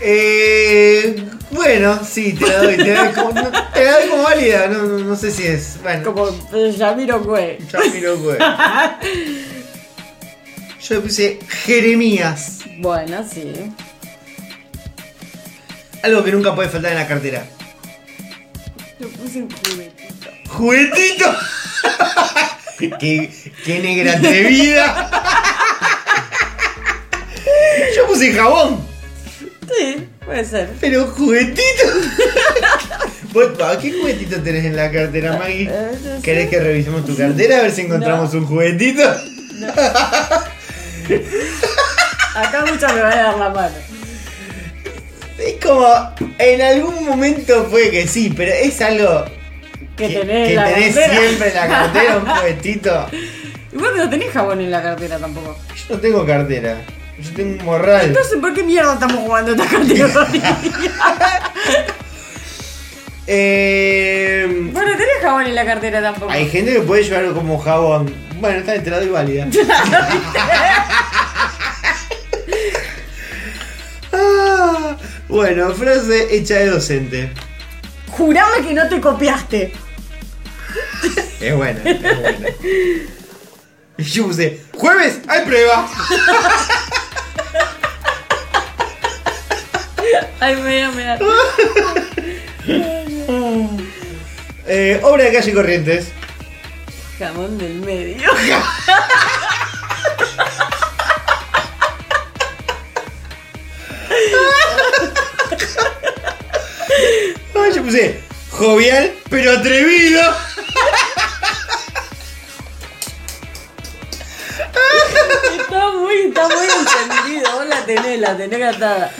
[SPEAKER 2] Eh, bueno, sí, te la doy, te la doy como, no- te la doy como válida, no, no, no sé si es. Bueno,
[SPEAKER 1] Como eh, Yamiro Cuello.
[SPEAKER 2] Yamiro Cuello. Yo le puse Jeremías,
[SPEAKER 1] Bueno, sí.
[SPEAKER 2] algo que nunca puede faltar en la cartera.
[SPEAKER 1] Le puse un juguetito.
[SPEAKER 2] ¡Juguetito! qué, ¡Qué negra atrevida! Yo puse jabón,
[SPEAKER 1] Sí, puede ser.
[SPEAKER 2] pero juguetito. ¿Vos, pa, ¿Qué juguetito tenés en la cartera, Maggie?
[SPEAKER 1] Eh, no sé.
[SPEAKER 2] ¿Querés que revisemos tu cartera a ver si encontramos un juguetito?
[SPEAKER 1] Acá muchas me van a dar la mano.
[SPEAKER 2] Es como, en algún momento fue que sí, pero es algo
[SPEAKER 1] Que tenés
[SPEAKER 2] que
[SPEAKER 1] la
[SPEAKER 2] tenés
[SPEAKER 1] cartera.
[SPEAKER 2] siempre en la cartera, pues. un juguetito.
[SPEAKER 1] Y vos no tenés jabón en la cartera tampoco.
[SPEAKER 2] Yo no tengo cartera, yo tengo un morral.
[SPEAKER 1] Entonces, ¿por qué mierda estamos jugando esta categoría?
[SPEAKER 2] Eh,
[SPEAKER 1] bueno, tenés jabón en la cartera tampoco.
[SPEAKER 2] Hay gente que puede llevarlo como jabón. Bueno, está bien, te la doy válida. Ah, bueno, frase hecha de docente.
[SPEAKER 1] Jurame que no te copiaste.
[SPEAKER 2] Es buena, es buena. Y Yo puse, jueves hay prueba.
[SPEAKER 1] Ay, me da, me da.
[SPEAKER 2] Eh, obra de calle Corrientes.
[SPEAKER 1] Jamón del medio.
[SPEAKER 2] Ah, yo puse, jovial pero atrevido.
[SPEAKER 1] Está muy, está muy entendido. Vos la tenés, la tenés gatada.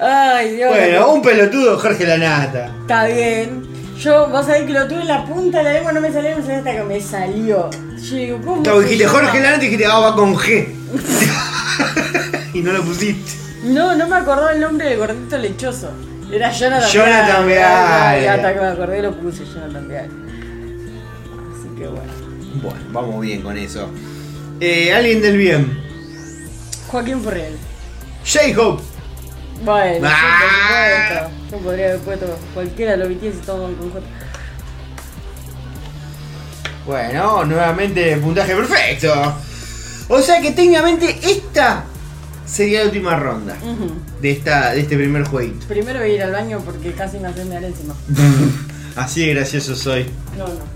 [SPEAKER 1] Ay, Dios.
[SPEAKER 2] Bueno, un pelotudo, Jorge Lanata.
[SPEAKER 1] Está bien. Yo, vos sabés que lo tuve en la punta de la lengua, no me salió, no sé hasta que me salió. Yo digo, ¿cómo?
[SPEAKER 2] Claro,
[SPEAKER 1] se
[SPEAKER 2] dijiste
[SPEAKER 1] llama?
[SPEAKER 2] Jorge Lanata y dijiste, ah, va con G. y no lo pusiste.
[SPEAKER 1] No, no me acordaba el nombre del gordito lechoso. Era Jonathan
[SPEAKER 2] Jonathan
[SPEAKER 1] Ay,
[SPEAKER 2] Viale.
[SPEAKER 1] Hasta que me acordé lo puse Jonathan Vial. Así que bueno.
[SPEAKER 2] Bueno, vamos bien con eso. Eh, alguien del bien.
[SPEAKER 1] Joaquín Furriel.
[SPEAKER 2] J-Hope.
[SPEAKER 1] Bueno,
[SPEAKER 2] Ah.
[SPEAKER 1] sí, por supuesto. Yo podría haber puesto cualquiera de los BTS y todo en conjunto.
[SPEAKER 2] Bueno, nuevamente puntaje perfecto. O sea que técnicamente esta sería la última ronda de, esta, de este primer jueguito.
[SPEAKER 1] Primero voy a ir al baño porque casi me hacen mear encima.
[SPEAKER 2] Así de gracioso soy.
[SPEAKER 1] No, no.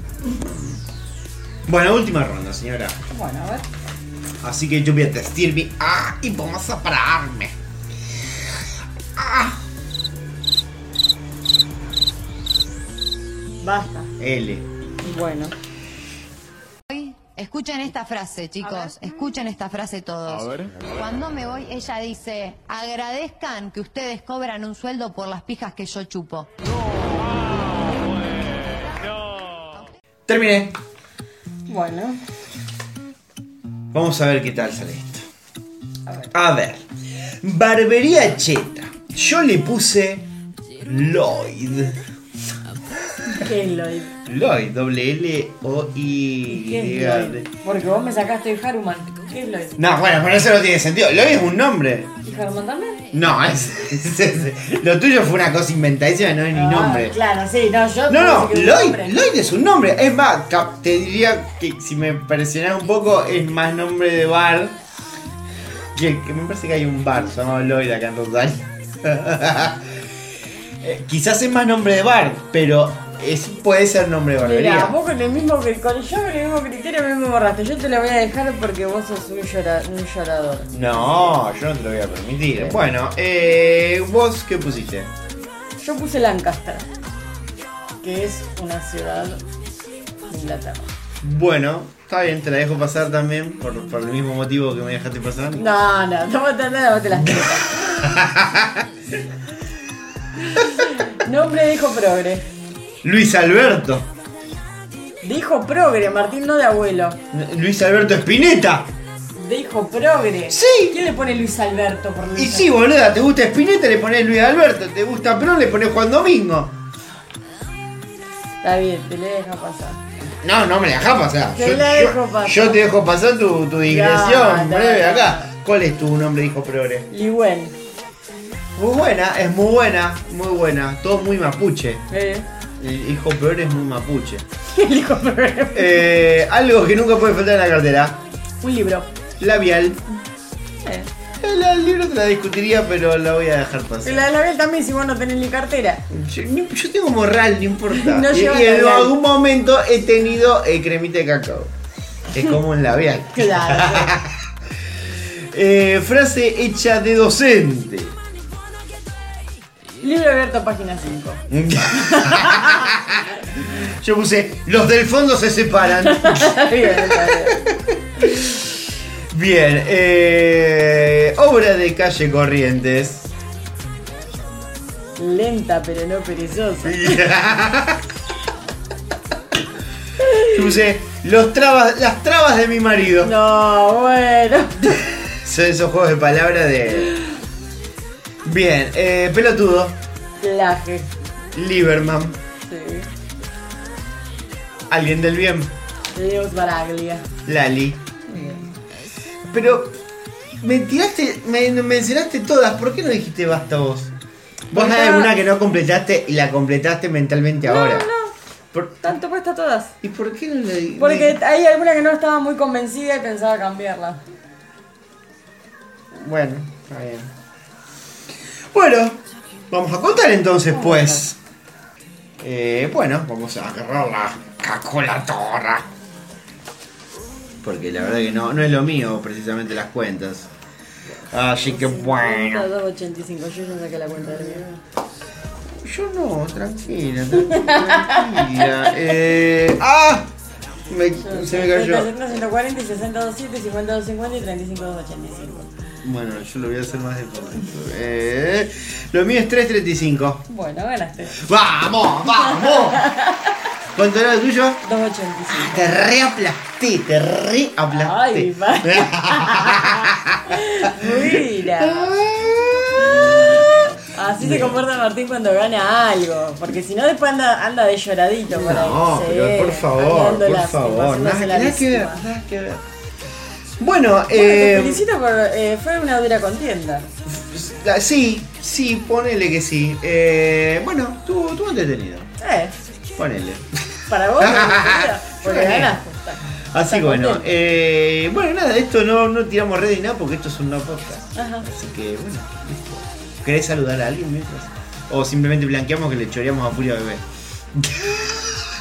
[SPEAKER 2] Bueno, última ronda, señora.
[SPEAKER 1] Bueno, a ver.
[SPEAKER 2] Así que yo voy a testirme. ¡Ah! Y vamos a pararme.
[SPEAKER 1] Basta.
[SPEAKER 2] L.
[SPEAKER 1] Bueno.
[SPEAKER 11] voy- Escuchen esta frase, chicos. Escuchen esta frase todos. Cuando me voy, ella dice: agradezcan que ustedes cobran un sueldo por las pijas que yo chupo.
[SPEAKER 2] Terminé.
[SPEAKER 1] Bueno.
[SPEAKER 2] Vamos a ver qué tal sale esto. A ver. Barbería Cheta. Yo le puse Lloyd.
[SPEAKER 1] ¿Qué es Lloyd?
[SPEAKER 2] Lloyd, doble L O I.
[SPEAKER 1] ¿Qué es Lloyd? Porque vos me sacaste de Haruman. ¿Qué es Lloyd?
[SPEAKER 2] No, bueno, pero eso no tiene sentido. Lloyd es un nombre.
[SPEAKER 1] ¿Y Haruman también?
[SPEAKER 2] No, es, es- es- lo tuyo fue una cosa inventadísima, no es
[SPEAKER 1] Ah.
[SPEAKER 2] ni nombre.
[SPEAKER 1] Claro, sí, no, yo.
[SPEAKER 2] No, Ah, no,
[SPEAKER 1] pensé que
[SPEAKER 2] Lloyd,
[SPEAKER 1] nombre.
[SPEAKER 2] Lloyd es un nombre. Es más, cap- te diría que si me presionás un poco, es más nombre de bar. Que, que me parece que hay un bar llamado Lloyd acá en Rosario. Eh, Quizás es más nombre de bar, pero es, puede ser nombre de
[SPEAKER 1] Mira,
[SPEAKER 2] barbería.
[SPEAKER 1] vos con el mismo que con yo con el mismo criterio me borraste. Yo te lo voy a dejar porque vos sos un, llora- un llorador.
[SPEAKER 2] No, yo no te lo voy a permitir. Bueno, eh, vos qué pusiste?
[SPEAKER 1] Yo puse Lancaster, que es una ciudad de Inglaterra.
[SPEAKER 2] Bueno, está bien, te la dejo pasar también por, por el mismo motivo que me dejaste pasar.
[SPEAKER 1] No, no, no va a tener nada, te las tetas. Nombre de hijo progre.
[SPEAKER 2] Luis Alberto.
[SPEAKER 1] De hijo progre, Martín, no de abuelo.
[SPEAKER 2] Luis Alberto Espineta.
[SPEAKER 1] De hijo progre.
[SPEAKER 2] Sí.
[SPEAKER 1] ¿Quién le pone Luis Alberto por Luis
[SPEAKER 2] Y sí, boluda, te gusta Espineta, le pones Luis Alberto. Te gusta Perón, le pones Juan Domingo.
[SPEAKER 1] Está bien, te le deja pasar.
[SPEAKER 2] No, no me la dejás pasar.
[SPEAKER 1] Te la dejo pasar.
[SPEAKER 2] yo te dejo pasar tu, tu digresión
[SPEAKER 1] Ya, dale.
[SPEAKER 2] breve acá. ¿Cuál es tu nombre, hijo progre?
[SPEAKER 1] Ligüen.
[SPEAKER 2] Muy buena, es muy buena, muy buena. Todo muy mapuche.
[SPEAKER 1] ¿eh?
[SPEAKER 2] El hijo progre es muy mapuche.
[SPEAKER 1] El hijo progre.
[SPEAKER 2] Eh, algo que nunca puede faltar en la cartera.
[SPEAKER 1] Un libro.
[SPEAKER 2] Labial.
[SPEAKER 1] Eh.
[SPEAKER 2] El, el libro te la discutiría, pero la voy a dejar pasar.
[SPEAKER 1] La de la Bel también si vos no tenés ni cartera.
[SPEAKER 2] Yo, ni- yo tengo morral, no importa.
[SPEAKER 1] No
[SPEAKER 2] y,
[SPEAKER 1] lleva
[SPEAKER 2] y en
[SPEAKER 1] labial.
[SPEAKER 2] algún momento he tenido eh, cremita de cacao. Es como un labial.
[SPEAKER 1] Claro.
[SPEAKER 2] Eh, frase hecha de docente.
[SPEAKER 1] libro abierto, página 5.
[SPEAKER 2] Yo puse, los del fondo se separan. Bien, eh, obra de calle Corrientes.
[SPEAKER 1] Lenta pero no perezosa.
[SPEAKER 2] Yo puse, los trabas, las trabas de mi marido.
[SPEAKER 1] No, bueno.
[SPEAKER 2] Son esos juegos de palabras de. Bien, eh, pelotudo,
[SPEAKER 1] Laje.
[SPEAKER 2] Lieberman,
[SPEAKER 1] Sí.
[SPEAKER 2] alguien del bien,
[SPEAKER 1] Leos Baraglia.
[SPEAKER 2] Lali. Pero me tiraste, me me mencionaste todas, ¿por qué no dijiste basta vos? Vos
[SPEAKER 1] Porque-
[SPEAKER 2] hay alguna que no completaste y la completaste mentalmente ahora.
[SPEAKER 1] No, no,
[SPEAKER 2] Por-
[SPEAKER 1] tanto cuesta todas.
[SPEAKER 2] ¿Y por qué no le
[SPEAKER 1] Porque hay alguna que no estaba muy convencida y pensaba cambiarla.
[SPEAKER 2] Bueno, está bien. Bueno, vamos a contar entonces, pues. Eh, bueno, vamos a agarrar la calculadora. Porque la verdad que no, no es lo mío, precisamente las cuentas. Así que bueno.
[SPEAKER 1] 285, yo ya saqué la cuenta de mí.
[SPEAKER 2] Yo no, tranquila, tranquila. Eh, ¡Ah! Me- se me cayó.
[SPEAKER 1] 140, 60, 27, 50, 250 y 35, 285.
[SPEAKER 2] Bueno, yo lo voy a hacer más de eh, Lo mío es 335.
[SPEAKER 1] Bueno, ganaste.
[SPEAKER 2] ¡Vamos! ¡Vamos! ¿Cuánto era el tuyo?
[SPEAKER 1] 285.
[SPEAKER 2] Te reaplasté, te reaplasté.
[SPEAKER 1] Ay,
[SPEAKER 2] Ah.
[SPEAKER 1] Mira. Así se comporta Martín cuando gana algo. Porque si no, después anda, anda de lloradito. por ahí.
[SPEAKER 2] No,
[SPEAKER 1] Sí,
[SPEAKER 2] pero por favor,
[SPEAKER 1] andando
[SPEAKER 2] por
[SPEAKER 1] lástima,
[SPEAKER 2] favor.
[SPEAKER 1] haciéndose
[SPEAKER 2] Nada,
[SPEAKER 1] la
[SPEAKER 2] nada que ver,
[SPEAKER 1] lástima.
[SPEAKER 2] nada que ver. Bueno,
[SPEAKER 1] Bueno, te
[SPEAKER 2] eh,
[SPEAKER 1] felicito por. eh, fue una dura contienda.
[SPEAKER 2] Pues, la- sí, sí, ponele que sí. Eh, bueno, estuvo estuvo entretenido.
[SPEAKER 1] Eh,
[SPEAKER 2] Ponele.
[SPEAKER 1] para vos, felicito, porque
[SPEAKER 2] Yo gané.
[SPEAKER 1] ganaste. está.
[SPEAKER 2] Así que bueno,
[SPEAKER 1] contento.
[SPEAKER 2] eh, bueno, nada, esto no, no tiramos red ni nada porque esto es un no podcast.
[SPEAKER 1] Ajá.
[SPEAKER 2] Así que bueno, listo. ¿Querés saludar a alguien mientras? O simplemente blanqueamos que le choreamos a Furia Bebé.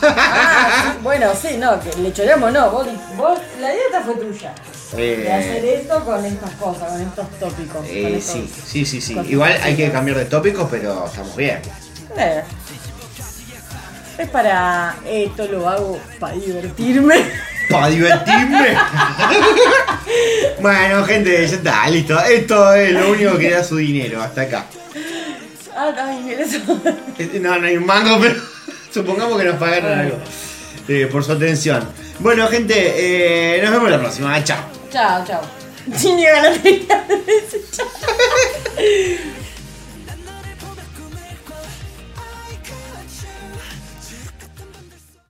[SPEAKER 1] Ah, sí, bueno, sí, no, que le choreamos, no. Vos, vos, la dieta fue tuya. De hacer
[SPEAKER 2] Eh,
[SPEAKER 1] esto con estas cosas, con estos tópicos. con
[SPEAKER 2] eh,
[SPEAKER 1] estos-
[SPEAKER 2] sí, sí, sí, sí.
[SPEAKER 1] cosas
[SPEAKER 2] Igual hay que
[SPEAKER 1] básicas.
[SPEAKER 2] cambiar de tópicos, pero estamos bien.
[SPEAKER 1] Eh. Es para. Esto lo hago para divertirme.
[SPEAKER 2] ¡Para divertirme! bueno, gente, ya está, listo. Esto es lo único que da su dinero, hasta acá.
[SPEAKER 1] Ah, ay, mira eso.
[SPEAKER 2] Eh, No, no hay un mango, pero supongamos que nos pagaron algo. eh, por su atención. Bueno, gente, eh, nos vemos la próxima. Chao.
[SPEAKER 1] Chao, chao. Sin llegar a la